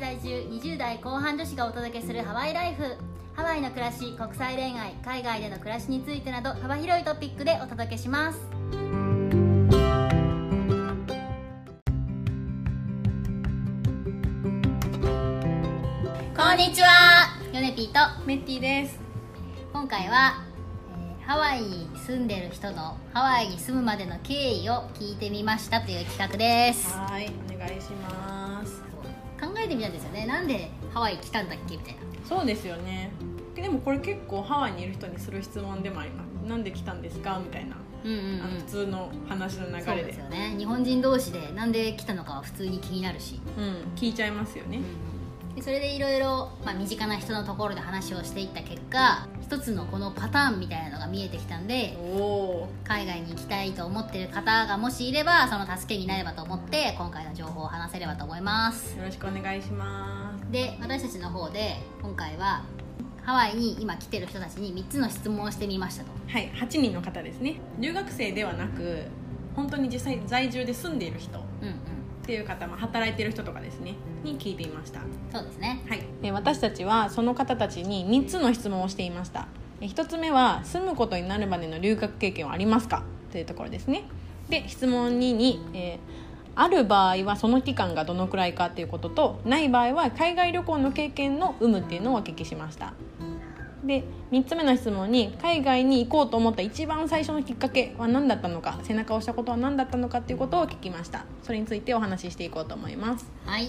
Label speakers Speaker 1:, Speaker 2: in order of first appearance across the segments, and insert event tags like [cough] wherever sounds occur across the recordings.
Speaker 1: 20代後半女子がお届けするハワイライフハワイの暮らし国際恋愛海外での暮らしについてなど幅広いトピックでお届けしますこんにちはヨネピーと
Speaker 2: メッティです
Speaker 1: 今回は、えーハワイに住んでる人のハワイに住むまでの経緯を聞いてみましたという企画です
Speaker 2: はいお願いします
Speaker 1: 考えてみたんですよねなんでハワイ来たんだっけみたいな
Speaker 2: そうですよねでもこれ結構ハワイにいる人にする質問でもありますなんで来たんですかみたいな、
Speaker 1: うんうんうん
Speaker 2: あの普通の話の流れ
Speaker 1: そう
Speaker 2: で
Speaker 1: ですよね日本人同士でなんで来たのかは普通に気になるし、
Speaker 2: うん、聞いちゃいますよね
Speaker 1: でそれでいろいろまあ身近な人のところで話をしていった結果一つのこのパターンみたいなのが見えてきたんで
Speaker 2: おお
Speaker 1: 海外に行きたいと思ってる方がもしいればその助けになればと思って今回の情報を話せればと思います
Speaker 2: ーよろしくお願いします
Speaker 1: で私たちの方で今回はハワイに今来てる人たちに3つの質問をしてみましたと
Speaker 2: はい8人の方ですね留学生ではなく本当に実際在住で住んでいる人っ
Speaker 1: うんうん
Speaker 2: ていう方、まあ、働いてる人とかですねに聞いていました
Speaker 1: そうですね
Speaker 2: はい、で私たちはその方たちに3つの質問をしていましたえ1つ目は住むことになるまでの留学経験はありますかというところですねで質問2に、えーある場合はその期間がどのくらいかということとない場合は海外旅行の経験の有無っていうのをお聞きしましたで3つ目の質問に海外に行こうと思った一番最初のきっかけは何だったのか背中を押したことは何だったのかということを聞きましたそれについてお話ししていこうと思います
Speaker 1: はい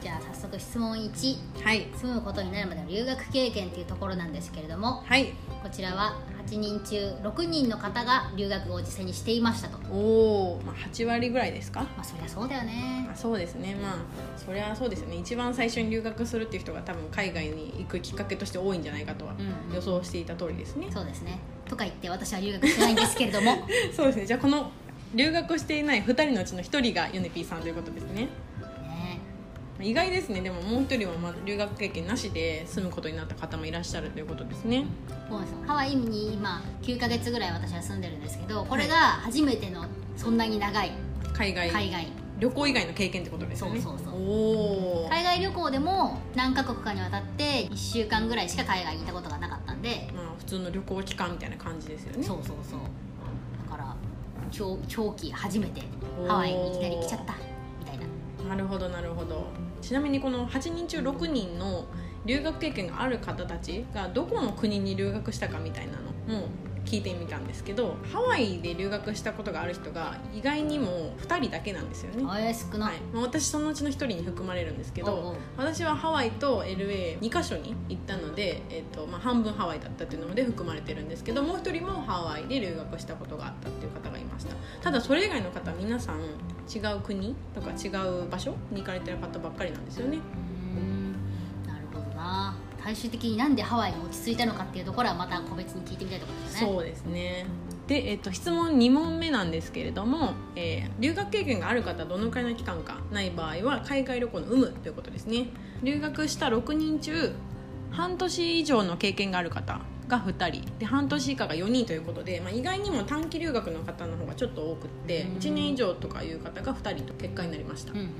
Speaker 1: じゃあ早速質問1
Speaker 2: はい
Speaker 1: 住むことになるまでの留学経験というところなんですけれども
Speaker 2: はい
Speaker 1: こちらは8人中6人の方が留学を実際にしていましたとま
Speaker 2: おお、まあ、8割ぐらいですか、
Speaker 1: あそりゃそうだよね
Speaker 2: まあ、そうですねまあそりゃそうですよね一番最初に留学するっていう人が多分海外に行くきっかけとして多いんじゃないかとは
Speaker 1: うん
Speaker 2: 予想していた通りですね、
Speaker 1: そうですねとか言って私は留学してないんですけれども
Speaker 2: そうですねじゃあこの留学していない2人のうちの1人がヨネピーさんということですね
Speaker 1: ね
Speaker 2: 意外ですねでももう1人はまあ留学経験なしで住むことになった方もいらっしゃるということですね
Speaker 1: そうですハワイに今9ヶ月ぐらい私は住んでるんですけどこれが初めてのそんなに長い
Speaker 2: 海外
Speaker 1: 海外
Speaker 2: 旅行以外の経験ってことですよね
Speaker 1: そうそうそう
Speaker 2: おお、
Speaker 1: 海外旅行でも何カ国かにわたって1週間ぐらいしか海外にいたことがなかったんで
Speaker 2: まあ、普通の旅行期間みたいな感じですよね
Speaker 1: そうそうそうだから長長期初めてハワイにいきなり来ちゃったみたいな
Speaker 2: なるほどなるほどちなみにこの8人中6人の留学経験がある方たちがどこの国に留学したかみたいなのも聞いてみたんですけどハワイで留学したことがある人が意外にも2人だけなんですよね、は
Speaker 1: あえ少
Speaker 2: い
Speaker 1: ない、
Speaker 2: まあ、私そのうちの1人に含まれるんですけ
Speaker 1: おうおう
Speaker 2: ど私はハワイと LA2 カ所に行ったので、えっとまあ、半分ハワイだったっていうので含まれてるんですけどもう1人もハワイで留学したことがあったっていう方がいましたただそれ以外の方皆さん違う国とか違う場所に行かれてる方ばっかりなんですよね
Speaker 1: うーんなるほどな最終的になんでハワイに落ち着いたのかっていうところはまた個別に聞いてみたいところですね
Speaker 2: そうですねで、えっと、質問2問目なんですけれども、えー留学経験がある方どのくらいの期間かない場合は海外旅行の有無ということですね留学した6人中半年以上の経験がある方が2人で半年以下が4人ということで、まあ、意外にも短期留学の方の方がちょっと多くって
Speaker 1: うん
Speaker 2: 1年以上とかいう方が2人と結果になりました
Speaker 1: うんうんなる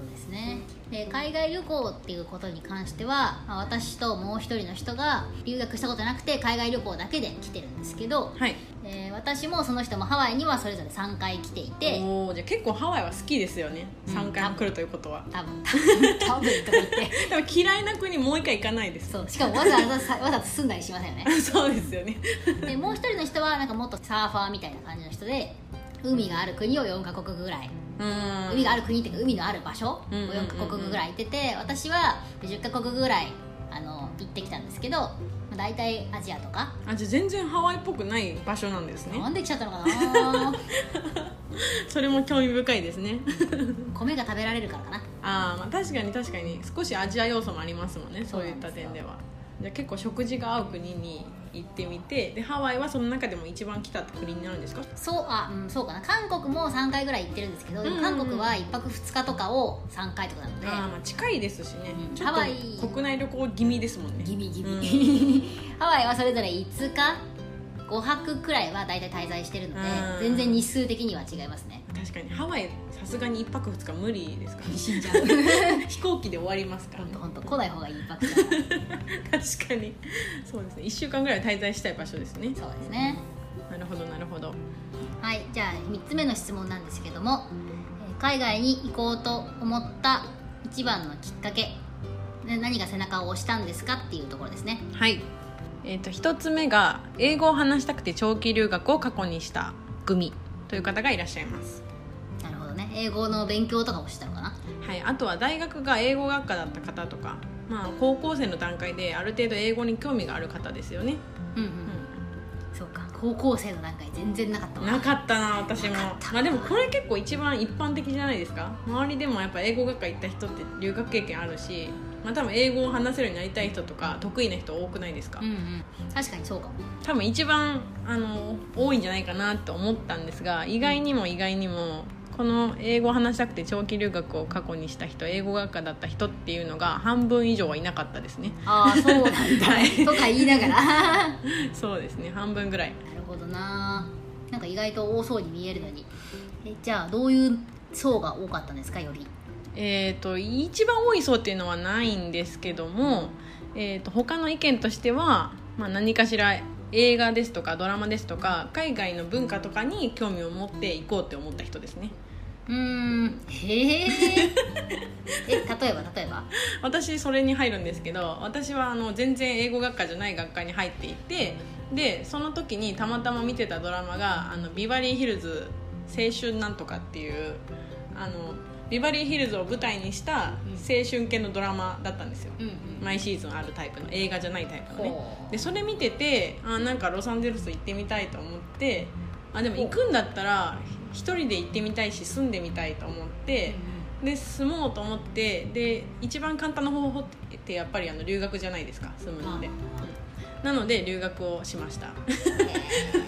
Speaker 1: ほどですねで海外旅行っていうことに関しては、まあ私ともう一人の人が留学したことなくて海外旅行だけで来てるんですけど、
Speaker 2: はい
Speaker 1: えー私もその人もハワイにはそれぞれ3回来ていて
Speaker 2: おーじゃあ結構ハワイは好きですよね
Speaker 1: うん
Speaker 2: 3回も来るということは、
Speaker 1: 多分多分多分とか言って
Speaker 2: でも嫌いな国もう1回行かないです
Speaker 1: そうしかもわざわざさわざと住んだりしませんよね
Speaker 2: [laughs] そうですよね
Speaker 1: でもう一人の人はなんかもっとサーファーみたいな感じの人で海がある国を4カ国ぐらい
Speaker 2: うん
Speaker 1: 海がある国っていうか海のある場所を
Speaker 2: うんうんうんうん
Speaker 1: 4カ国ぐらい行ってて私は10カ国ぐらいあの行ってきたんですけどまあ大体アジアとか
Speaker 2: あじゃあ全然ハワイっぽくない場所なんですね
Speaker 1: なんで来ちゃったのかな
Speaker 2: [laughs] それも興味深いですね [laughs]
Speaker 1: 米が食べられるからかな
Speaker 2: あー、まあ確かに確かに少しアジア要素もありますもんね
Speaker 1: そ
Speaker 2: そうう
Speaker 1: ないん
Speaker 2: っ
Speaker 1: で
Speaker 2: た
Speaker 1: すよ
Speaker 2: 点ではじゃあ結構食事が合う国に行ってみてでハワイはその中でも一番来た国になるんですか
Speaker 1: そうあ、うん、そうかな韓国も3回ぐらい行ってるんですけどでも
Speaker 2: うんうんうん
Speaker 1: 韓国は1泊2日とかを3回とかなので
Speaker 2: あーまあ近いですしね、
Speaker 1: うん
Speaker 2: ちょっ
Speaker 1: ハワイ
Speaker 2: と国内旅行気味ですもんね
Speaker 1: [laughs] ギミギミ、
Speaker 2: う
Speaker 1: ハワイはそれぞれ5日5泊くらいは大体滞在してるので
Speaker 2: うん
Speaker 1: 全然日数的には違いますね
Speaker 2: 確かにハワイさすがに1泊2日無理ですからね
Speaker 1: [laughs] 死んじゃう本
Speaker 2: [laughs] 飛行機で終わりますからね
Speaker 1: 当本当来ない方がいいばっかりそうで
Speaker 2: 確かにそうですね1週間ぐらい滞在したい場所ですね
Speaker 1: すね
Speaker 2: なるほどなるほど
Speaker 1: はいじゃあ3つ目の質問なんですけどもえー海外に行こうと思った一番のきっかけね何が背中を押したんですかっていうところですね
Speaker 2: はいえー、と1つ目が英語を話したくて長期留学を過去にした組という方がいらっしゃいます、
Speaker 1: なるほどね英語の勉強とかをしたのかな
Speaker 2: はい、あとは大学が英語学科だった方とか、まあ、高校生の段階である程度英語に興味がある方ですよね、
Speaker 1: うんうん、そうか高校生の段階全然なかったわ
Speaker 2: なかったな私も
Speaker 1: なかった
Speaker 2: まあ、でもこれ結構一番一般的じゃないですか周りでもやっぱ英語学科行った人って留学経験あるし、まあ、多分英語を話せるようになりたい人とか得意な人多くないですか、
Speaker 1: うんうん確かにそうかも
Speaker 2: 多分一番あの多いんじゃないかなと思ったんですが意外にも意外にもこの英語を話したくて長期留学を過去にした人英語学科だった人っていうのが半分以上はいなかったですね [laughs]
Speaker 1: ああそうなんだ
Speaker 2: はい
Speaker 1: とか言いながらなる
Speaker 2: そうですね半分ぐらい
Speaker 1: ほどななんか意外と多そうに見えるのにえじゃあどういう層が多かったんですかより
Speaker 2: えー、と一番多い層っていうのはないんですけども、えー、と他の意見としては、まあ、何かしら映画ですとかドラマですとか海外の文化とかに興味を持っていこうって思った人ですね
Speaker 1: うーんへええ例えば例えば
Speaker 2: 私それに入るんですけど私はあの全然英語学科じゃない学科に入っていてでその時にたまたま見てたドラマが「あのビバリーヒルズ青春なんとか」っていうあのビバリーヒルズを舞台にした青春系のドラマだったんですよ
Speaker 1: うんうん
Speaker 2: 毎シーズンあるタイプの映画じゃないタイプのね
Speaker 1: ほう
Speaker 2: でそれ見ててあなんかロサンゼルス行ってみたいと思ってあでも行くんだったら一人で行ってみたいし住んでみたいと思って、で住もうと思ってで一番簡単な方法ってやっぱりあの留学じゃないですか住むので、なので留学をしました [laughs]
Speaker 1: うんうん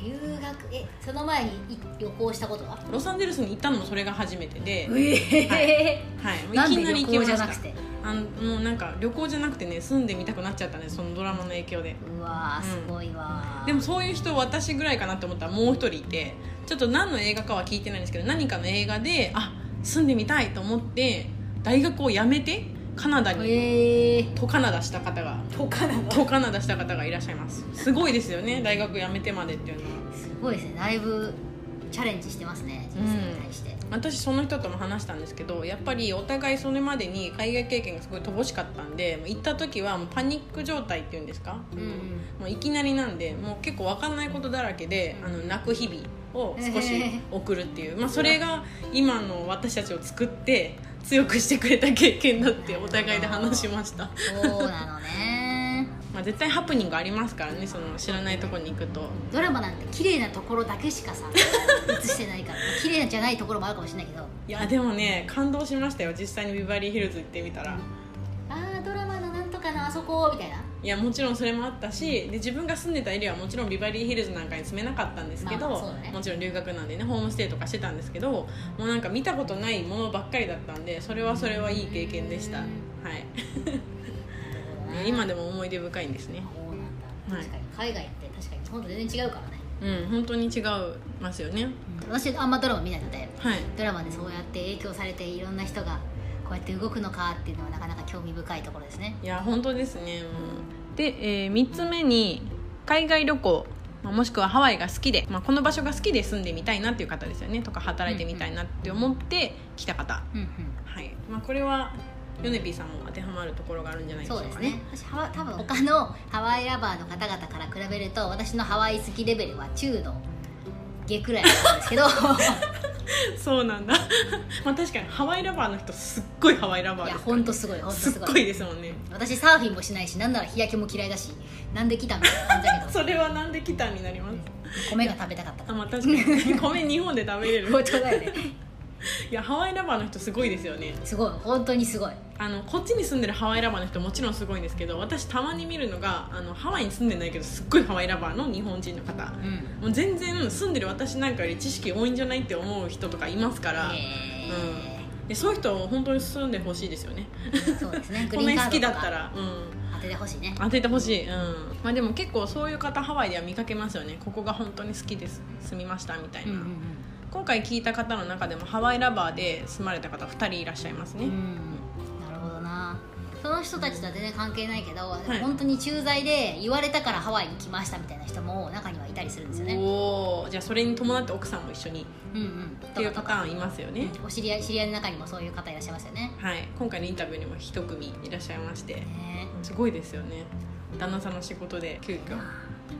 Speaker 1: 留学えその前にい旅行したことは
Speaker 2: ロサンゼルスに行ったのもそれが初めてで、
Speaker 1: ええ
Speaker 2: はい、もう
Speaker 1: なん
Speaker 2: い
Speaker 1: で
Speaker 2: きなり
Speaker 1: 旅
Speaker 2: 行き
Speaker 1: 行
Speaker 2: ま
Speaker 1: じゃ
Speaker 2: し
Speaker 1: な
Speaker 2: た
Speaker 1: くて
Speaker 2: あのもうなんか旅行じゃなくてね住んでみたくなっちゃったねそのドラマの影響で
Speaker 1: うわーすごいわー、
Speaker 2: でもそういう人私ぐらいかなと思ったらもう一人いてちょっと何の映画かは聞いてないんですけど何かの映画であ住んでみたいと思って大学を辞めてカナダに
Speaker 1: へえ
Speaker 2: とカナダした方が
Speaker 1: とかなの
Speaker 2: とカナダした方がいらっしゃいますすごいですよね大学辞めてまでっていうのは
Speaker 1: すごいですねだいぶチャレンジしてますね人生に対して、
Speaker 2: 私その人とも話したんですけどやっぱりお互いそれまでに海外経験がすごい乏しかったんでもう行った時はもうパニック状態っていうんですか
Speaker 1: うんうん
Speaker 2: もういきなりなんでもう結構分かんないことだらけであの泣く日々を少し送るっていう、まあ、それが今の私たちを作って強くしてくれた経験だってお互いで話しました、
Speaker 1: そうなのね
Speaker 2: まあ、絶対ハプニングありますからねその知らないとこに行くと
Speaker 1: ドラマなんて綺麗なところだけしかさ映してない [laughs] から綺麗じゃないところもあるかもしれないけど
Speaker 2: いやでもね感動しましたよ実際にビバリーヒルズ行ってみたら
Speaker 1: ああドラマのなんとかのあそこみたいない
Speaker 2: やもちろんそれもあったしで自分が住んでたエリアはもちろんビバリーヒルズなんかに住めなかったんですけど、
Speaker 1: まあまあそうだね
Speaker 2: もちろん留学なんでねホームステイとかしてたんですけどもうなんか見たことないものばっかりだったんでそれはそれはいい経験でした、
Speaker 1: うん
Speaker 2: はい、
Speaker 1: な
Speaker 2: ね今でも思い出深いんですね
Speaker 1: そうなんだ
Speaker 2: はい
Speaker 1: 確かに海外って確かに日本と全然違うからね、
Speaker 2: うん本当に違いますよね
Speaker 1: 私あんまドラマ見ないので
Speaker 2: はい
Speaker 1: ドラマでそうやって影響されていろんな人がこうやって動くのかっていうのはなかなか興味深いところですね
Speaker 2: いや本当ですねもうで、え3つ目に海外旅行まあもしくはハワイが好きで、まあ、この場所が好きで住んでみたいなっていう方ですよねとか働いてみたいなって思って来た方、
Speaker 1: うんうん
Speaker 2: はい、まあ、これはヨネピーさんも当てはまるところがあるんじゃないでしょ
Speaker 1: そう
Speaker 2: う
Speaker 1: で
Speaker 2: か
Speaker 1: す
Speaker 2: ね
Speaker 1: ね私ハワ多分他のハワイラバーの方々から比べると私のハワイ好きレベルは中の下くらいなんですけ [laughs] ど
Speaker 2: [laughs] そうなんだ [laughs] まあ確かにハワイラバーの人すっごいハワイラバー
Speaker 1: い
Speaker 2: で
Speaker 1: や
Speaker 2: す
Speaker 1: ほんとすごいほんと
Speaker 2: す
Speaker 1: す
Speaker 2: っ
Speaker 1: ごい
Speaker 2: ごいですもんね
Speaker 1: 私サーフィンもしないしなんなら日焼けも嫌いだしなんで来たみたいな感じだけど
Speaker 2: それはなんで来たになります
Speaker 1: 米が食べたかったか
Speaker 2: あ
Speaker 1: ら
Speaker 2: まあ確か
Speaker 1: [laughs]
Speaker 2: に米日本で食べれる
Speaker 1: 本当だよね
Speaker 2: いやハワイラバーの人すごいですよね
Speaker 1: すごい本当にすごい
Speaker 2: あのこっちに住んでるハワイラバーの人もちろんすごいんですけど私たまに見るのがあのハワイに住んでないけどすっごいハワイラバーの日本人の方
Speaker 1: うん
Speaker 2: もう全然住んでる私なんかより知識多いんじゃないって思う人とかいますから、
Speaker 1: へー
Speaker 2: うでそういう人本当に住んでほしいですよね
Speaker 1: そうです [laughs] ねグ
Speaker 2: こ
Speaker 1: リ
Speaker 2: ん
Speaker 1: ー
Speaker 2: なに
Speaker 1: ンカ
Speaker 2: 好
Speaker 1: ー
Speaker 2: き
Speaker 1: ド
Speaker 2: だ
Speaker 1: と
Speaker 2: った、
Speaker 1: から
Speaker 2: うん、
Speaker 1: 当ててほしいね
Speaker 2: 当ててほしい、うんまあ、でも結構そういう方ハワイでは見かけますよねここが本当に好きです住みましたみたい
Speaker 1: うん
Speaker 2: な、今回聞いた方の中でもハワイラバーで住まれた方2人いらっしゃいます
Speaker 1: うんうん、う
Speaker 2: ね、
Speaker 1: ん、なるほどなその人たちとは全然関係ないけど、
Speaker 2: い
Speaker 1: 本当に駐在で言われたからハワイに来ましたみたいな人も中にはいたりするんですよね
Speaker 2: おおじゃあそれに伴って奥さんも一緒に
Speaker 1: うんうん
Speaker 2: っていうパターンいますよね、
Speaker 1: お知り合い知り合いの中にもそういう方いらっしゃいますよね
Speaker 2: はい今回のインタビューにも一組いらっしゃいまして
Speaker 1: ね
Speaker 2: すごいですよね旦那さんの仕事で急遽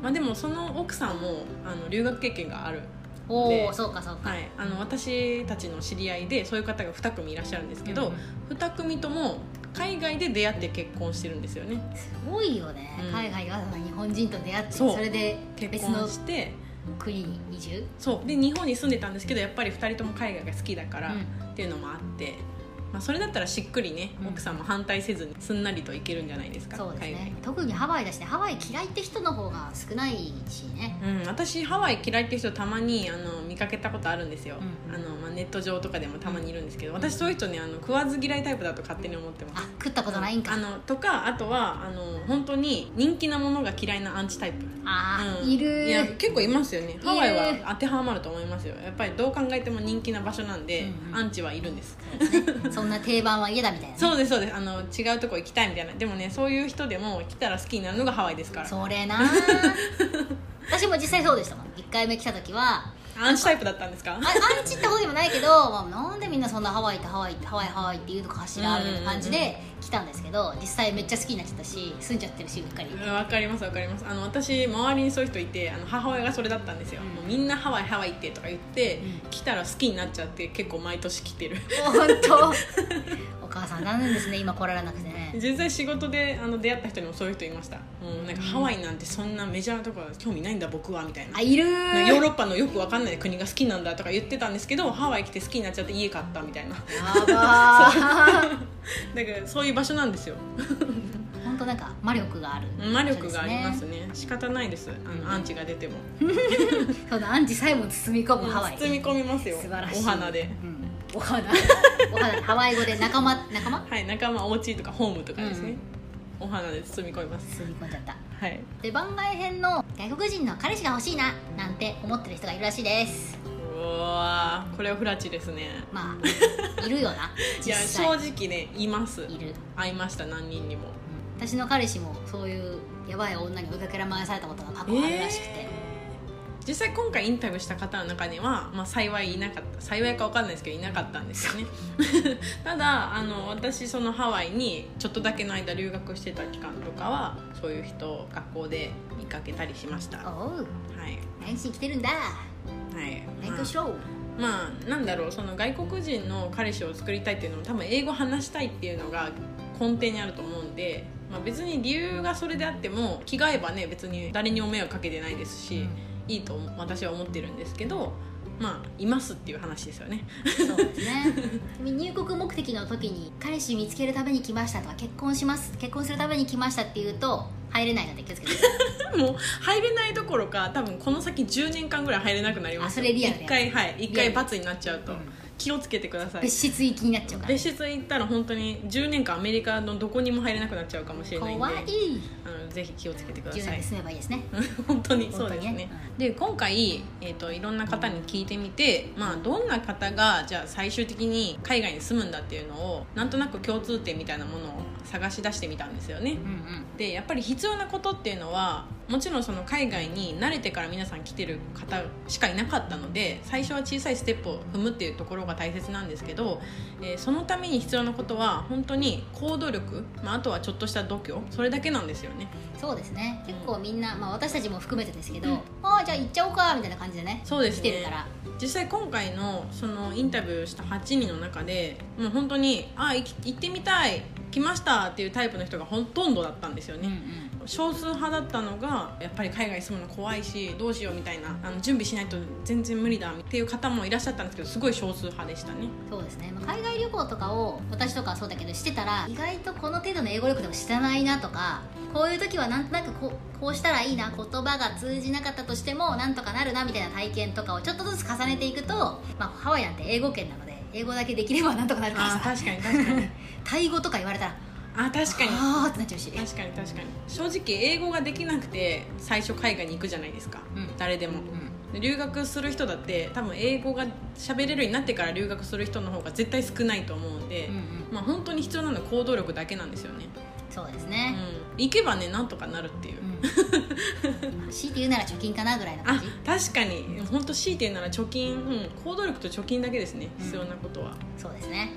Speaker 2: まあでもその奥さんもあの留学経験がある
Speaker 1: おお
Speaker 2: で
Speaker 1: そうかそうか、
Speaker 2: はいあの私たちの知り合いでそういう方が2組いらっしゃるんですけど、2組とも海外で出会って結婚してるんですよね
Speaker 1: すごいよね、
Speaker 2: うん
Speaker 1: 海外が日本人と出会って
Speaker 2: そう
Speaker 1: それで
Speaker 2: 結
Speaker 1: 別
Speaker 2: 婚
Speaker 1: の
Speaker 2: して
Speaker 1: 国に移住
Speaker 2: そうで日本に住んでたんですけどやっぱり2人とも海外が好きだから、
Speaker 1: うん
Speaker 2: っていうのもあって、まあ、それだったらしっくりね、
Speaker 1: うん
Speaker 2: 奥さんも反対せずにすんなりといけるんじゃないですか
Speaker 1: そうです
Speaker 2: 海外
Speaker 1: ね特にハワイだしねハワイ嫌いって人の方が少ないしね
Speaker 2: うん、私ハワイ嫌いって人たまにあの見かけたことあるんですよ、
Speaker 1: うん
Speaker 2: あのまあ、ネット上とかでもたまにいるんですけど私そういう人ねあの食わず嫌いタイプだと勝手に思ってま
Speaker 1: あ
Speaker 2: す
Speaker 1: 食ったことないんか
Speaker 2: あのとかあとはあの本当に人気なものが嫌いなアンチタイプ
Speaker 1: あー、
Speaker 2: うん
Speaker 1: いる
Speaker 2: いや結構いますよね
Speaker 1: る
Speaker 2: ハワイは当てはまると思いますよやっぱりどう考えても人気な場所なんで、
Speaker 1: うんうん
Speaker 2: アンチはいるんです
Speaker 1: そんな定番は嫌だみたいなね、
Speaker 2: そうですそうですあの違うとこ行きたいみたいなでもねそういう人でも来たら好きになるのがハワイですから
Speaker 1: それ [laughs] な私も実際そうでしたもん1回目来た時は
Speaker 2: アンチタイプだったんですか
Speaker 1: あアンチってほどでもないけど、まあ、なんでみんなそんなハワイってハワイってハワイハワイって言うのかしらみたいな感じで来たんですけど実際めっちゃ好きになっちゃったし住んじゃってるしうっかり
Speaker 2: うんわかりますわかりますあの私周りにそういう人いてあの母親がそれだったんですよ、
Speaker 1: うん
Speaker 2: もうみんなハワイハワイってとか言って、
Speaker 1: うん
Speaker 2: 来たら好きになっちゃって結構毎年来てる
Speaker 1: 本当お母さん残念ですね今来られなくてね
Speaker 2: 実際仕事であの出会った人にもそういう人いましたもうなんかハワイなんてそんなメジャーとか興味ないんだ僕はみたいな
Speaker 1: あいる
Speaker 2: なんかヨーロッパのよくわかんない国が好きなんだとか言ってたんですけどハワイ来て好きになっちゃって家買ったみたいな [laughs]
Speaker 1: やばー
Speaker 2: だからそういう場所なんですよ
Speaker 1: 本当なんか魔力がある
Speaker 2: 魔力があります
Speaker 1: ね
Speaker 2: ね仕方ないですあの、
Speaker 1: うん
Speaker 2: アンチが出ても
Speaker 1: そのアンチさえも包み込むハワイ
Speaker 2: 包み込みますよ
Speaker 1: 素晴らしい
Speaker 2: お花で、
Speaker 1: うんお花お花ハワイ語で仲間仲間
Speaker 2: はい仲間お家とかホームとかですね、お花で包み込みます
Speaker 1: 包み込んじゃった
Speaker 2: はい
Speaker 1: で番外編の外国人の彼氏が欲しいななんて思ってる人がいるらしいです
Speaker 2: うわーこれはフラチですね
Speaker 1: ま
Speaker 2: [laughs]
Speaker 1: あいるよない実
Speaker 2: や
Speaker 1: 際
Speaker 2: 正直ねいます
Speaker 1: いる、
Speaker 2: 会いました何人にも
Speaker 1: うん私の彼氏もそういうやばい女に追いかけら回されたことが過去あるらしくて、
Speaker 2: 実際今回インタビューした方の中には、まあ、幸いいなかった幸いか分かんないですけどいなかったんですよね [laughs] ただあの私そのハワイにちょっとだけの間留学してた期間とかはそういう人を学校で見かけたりしましたは
Speaker 1: おう
Speaker 2: い
Speaker 1: 何しに来てるんだ
Speaker 2: はい
Speaker 1: 勉
Speaker 2: まあ
Speaker 1: 強しろ、
Speaker 2: まあなんだろうその外国人の彼氏を作りたいっていうのも多分英語話したいっていうのが根底にあると思うんで、まあ、別に理由がそれであっても着替えばね別に誰にも迷惑かけてないですし、いいと思私は思ってるんですけどまあいますっていう話ですよね [laughs]
Speaker 1: そうですね入国目的の時に彼氏見つけるために来ましたとか結婚します結婚するために来ましたって言うと入れないので気をつけてください
Speaker 2: もう入れないどころか多分この先10年間ぐらい入れなくなります
Speaker 1: あそれリアルだよ
Speaker 2: 一回はい一
Speaker 1: リア
Speaker 2: 回
Speaker 1: ル
Speaker 2: 罰になっちゃうと、
Speaker 1: うん
Speaker 2: 気をつけてください
Speaker 1: 別室行きになっちゃうから
Speaker 2: 別室行ったら本当に10年間アメリカのどこにも入れなくなっちゃうかもしれないんで
Speaker 1: 怖い
Speaker 2: あのぜひ気をつけてくだ
Speaker 1: 10
Speaker 2: さ
Speaker 1: 年
Speaker 2: い
Speaker 1: で住めばいいですね
Speaker 2: [laughs] 本当にそうですね
Speaker 1: 本当にね
Speaker 2: で今回、えー、といろんな方に聞いてみて、まあ、どんな方がじゃあ最終的に海外に住むんだっていうのをなんとなく共通点みたいなものを探し出してみたんですよね
Speaker 1: うんうん
Speaker 2: でやっぱり必要なことっていうのはもちろんその海外に慣れてから皆さん来てる方しかいなかったので最初は小さいステップを踏むっていうところが大切なんですけど、えーそのために必要なことは本当に行動力、まあ、あとはちょっとした度胸それだけなんですよね
Speaker 1: そうですね結構みんな、まあ、私たちも含めてですけど、ああじゃあ行っちゃおうかみたいな感じでね
Speaker 2: そうです
Speaker 1: 来
Speaker 2: ね
Speaker 1: てるから
Speaker 2: 実際今回のそのインタビューした8人の中でもう本当に「あ行き行ってみたい来ました」っていうタイプの人がほとんどだったんですよ
Speaker 1: うんう
Speaker 2: ね、
Speaker 1: ん
Speaker 2: 少数派だったのがやっぱり海外住むの怖いしどうしようみたいなあの準備しないと全然無理だっていう方もいらっしゃったんですけどすごい少数派でしたね
Speaker 1: そうですね、まあ、海外旅行とかを私とかはそうだけどしてたら意外とこの程度の英語力でも知らないなとかこういう時はなんとなくこうこうしたらいいな言葉が通じなかったとしてもなんとかなるなみたいな体験とかをちょっとずつ重ねていくと、まあ、ハワイなんて英語圏なので英語だけできればなんとかなるから
Speaker 2: あー
Speaker 1: さ
Speaker 2: 確かに確か
Speaker 1: [laughs]
Speaker 2: に
Speaker 1: タイ語とか言われたら
Speaker 2: あ確かに
Speaker 1: あーってなっちゃうし
Speaker 2: 確かに確かに正直英語ができなくて最初海外に行くじゃないですか、
Speaker 1: うん
Speaker 2: 誰でも
Speaker 1: う
Speaker 2: で
Speaker 1: ん
Speaker 2: 留学する人だって多分英語が喋れるようになってから留学する人の方が絶対少ないと思うんで、
Speaker 1: うんうん
Speaker 2: まあ本当に必要なのは行動力だけなんですよね、
Speaker 1: そうです
Speaker 2: うん
Speaker 1: ね、、
Speaker 2: 行けばねなんとかなるっていう、
Speaker 1: うん、強いて言うなら貯金かなぐらいの感
Speaker 2: あ
Speaker 1: じ
Speaker 2: 確かに本当強いて言うなら貯金、うん、行動力と貯金だけですね
Speaker 1: うん
Speaker 2: 必要なことは、
Speaker 1: そうですね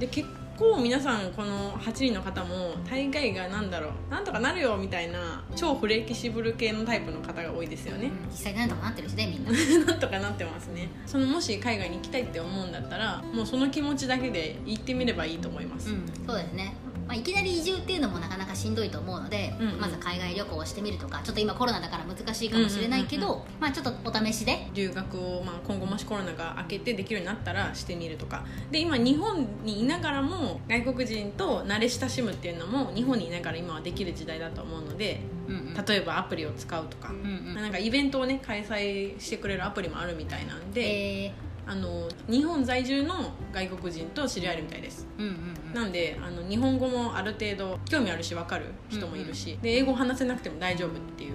Speaker 2: で結構皆さんこの8人の方も大概がなんだろうなんとかなるよみたいな超フレキシブル系のタイプの方が多いですよね、
Speaker 1: うん実際なんとかなってるしねみんな
Speaker 2: なんとかなってますねそのもし海外に行きたいって思うんだったらもうその気持ちだけで行ってみればいいと思います、
Speaker 1: うん、そうですね、まあ、いきなり移住っていうのもなかなかしんどいと思うので、
Speaker 2: うんうん
Speaker 1: まず海外旅行をしてみるとかちょっと今コロナだから難しいかもしれないけど、
Speaker 2: うん
Speaker 1: まあちょっとお試しで
Speaker 2: 留学を、まあ、今後もしコロナが明けてできるようになったらしてみるとかで今日本にいながらも外国人と慣れ親しむっていうのも日本にいながら今はできる時代だと思うので
Speaker 1: うんうん
Speaker 2: 例えばアプリを使うとか、
Speaker 1: うんうん
Speaker 2: なんかイベントをね開催してくれるアプリもあるみたいなんで、
Speaker 1: え
Speaker 2: あの日本在住の外国人と知り合えるみたいです
Speaker 1: ーうんうん
Speaker 2: なんであの日本語もある程度興味あるし分かる人もいるし、で英語話せなくても大丈夫っていう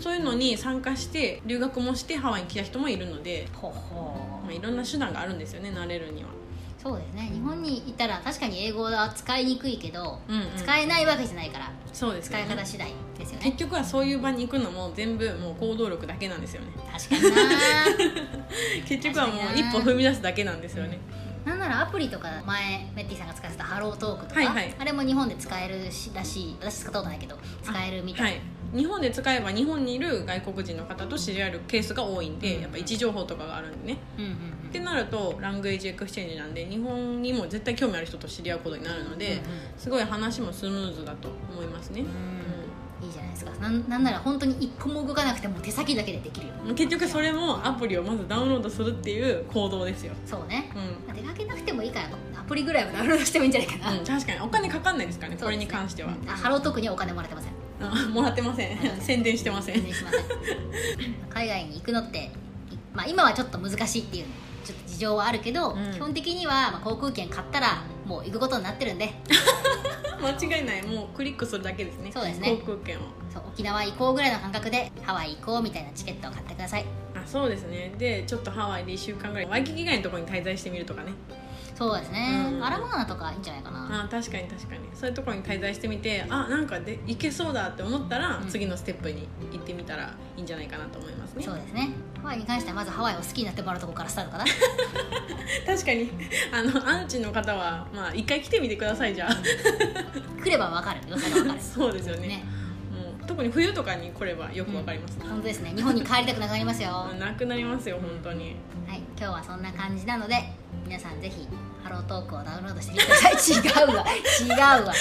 Speaker 2: そういうのに参加して留学もしてハワイに来た人もいるので、
Speaker 1: ほほ
Speaker 2: まあ、いろんな手段があるんですよね慣れるには、
Speaker 1: そうですね日本にいたら確かに英語は使いにくいけど、
Speaker 2: うんうん
Speaker 1: 使えないわけじゃないから
Speaker 2: そうです
Speaker 1: 使
Speaker 2: よ
Speaker 1: い
Speaker 2: ね
Speaker 1: 方次第ですよ
Speaker 2: 結
Speaker 1: ね
Speaker 2: 局はそういう場に行くのも全部もう行動力だけなんですよ [laughs] ね
Speaker 1: 確かにな
Speaker 2: 結局はもう一歩踏み出すだけなんですよね
Speaker 1: なんならアプリとか前メッティさんが使ってたハロートークとか、
Speaker 2: はいはい
Speaker 1: あれも日本で使えるしらしい私使ったことないけど使えるみたい、
Speaker 2: はい、日本で使えば日本にいる外国人の方と知り合えるケースが多いんで、やっぱ位置情報とかがあるんでね
Speaker 1: うんうんうん
Speaker 2: ってなるとラングエージエクスチェンジなんで日本にも絶対興味ある人と知り合うことになるので、
Speaker 1: うんうん
Speaker 2: すごい話もスムーズだと思いますね、
Speaker 1: いいじゃないですかなんなんなら本当に一歩も動かなくても手先だけでできるよ
Speaker 2: うん結局それもアプリをまずダウンロードするっていう行動ですよ、
Speaker 1: そうね
Speaker 2: う、ん
Speaker 1: まあ出かけなくてもいいからアプリぐらいはダウンロードしてもいいんじゃないかな、
Speaker 2: うん確かにお金かかんないですからね
Speaker 1: そう
Speaker 2: これ
Speaker 1: ですね
Speaker 2: に関しては、
Speaker 1: あハロートークにはお金も
Speaker 2: [laughs]
Speaker 1: らってません
Speaker 2: あもらってません [laughs] 宣伝してません
Speaker 1: 全然しません海外に行くのって、まあ、今はちょっと難しいっていうちょっと事情はあるけど、
Speaker 2: うん
Speaker 1: 基本的には、まあ、航空券買ったらもう行くことになってるんで
Speaker 2: 間違いないもうクリックするだけですね
Speaker 1: そうですね
Speaker 2: 航空券を
Speaker 1: そう沖縄行こうぐらいの感覚でハワイ行こうみたいなチケットを買ってください
Speaker 2: あそうですねでちょっとハワイで1週間ぐらいワイキキ以外のところに滞在してみるとかね
Speaker 1: そうですね、
Speaker 2: うん
Speaker 1: アラモアナとかいいんじゃないかな
Speaker 2: あ確かに確かにそういうところに滞在してみてあなんかで行けそうだって思ったら、
Speaker 1: うん
Speaker 2: 次のステップに行ってみたらいいんじゃないかなと思いますね
Speaker 1: そうですねハワイに関してはまずハワイを好きになってもらうとこからスタートかな
Speaker 2: [laughs] 確かにあのアンチの方はまあ一回来てみてくださいじゃあ
Speaker 1: 来ればわかる良さがわかる
Speaker 2: そうですよ [laughs] ね
Speaker 1: ね
Speaker 2: もう特に冬とかに来ればよくわかります、
Speaker 1: 本当ですね日本に帰りたくなくなりますよは
Speaker 2: う
Speaker 1: い
Speaker 2: んなくなりますよ本当に
Speaker 1: 今日はそんな感じなので皆さんぜひハロートークをダウンロードしてみてください違うわ違うわ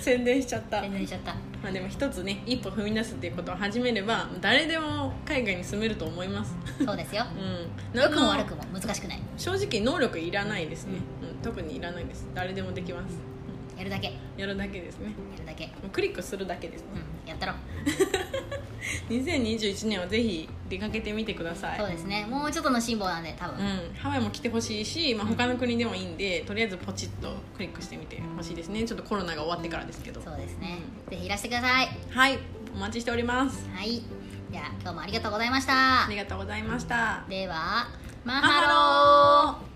Speaker 2: 宣伝しちゃった
Speaker 1: 全然しちゃった
Speaker 2: まあでも一つね一歩踏み出すっていうことを始めれば誰でも海外に住めると思います
Speaker 1: そうですよ
Speaker 2: うん
Speaker 1: 良くも
Speaker 2: 何の
Speaker 1: 悪くも難しくない
Speaker 2: 正直能力いらないですね、うん、特にいらないです誰でもできます
Speaker 1: やるだけや
Speaker 2: やるだけですね
Speaker 1: るだけう
Speaker 2: もうクリックするだけですね
Speaker 1: んやったろ
Speaker 2: 2021年はぜひ出かけてみてください
Speaker 1: そうですねもうちょっとの辛抱なんで多分、
Speaker 2: うん、ハワイも来てほしいし、まあ、
Speaker 1: うん
Speaker 2: 他の国でもいいんで、とりあえずポチッとクリックしてみてほしいですねちょっとコロナが終わってからですけど
Speaker 1: そうですねぜひいらしてください
Speaker 2: はいお待ちしております
Speaker 1: はいじゃあ今日もありがとうございまし
Speaker 2: あ
Speaker 1: た
Speaker 2: りがとうございました
Speaker 1: では
Speaker 2: マ
Speaker 1: マハロー
Speaker 2: ハロー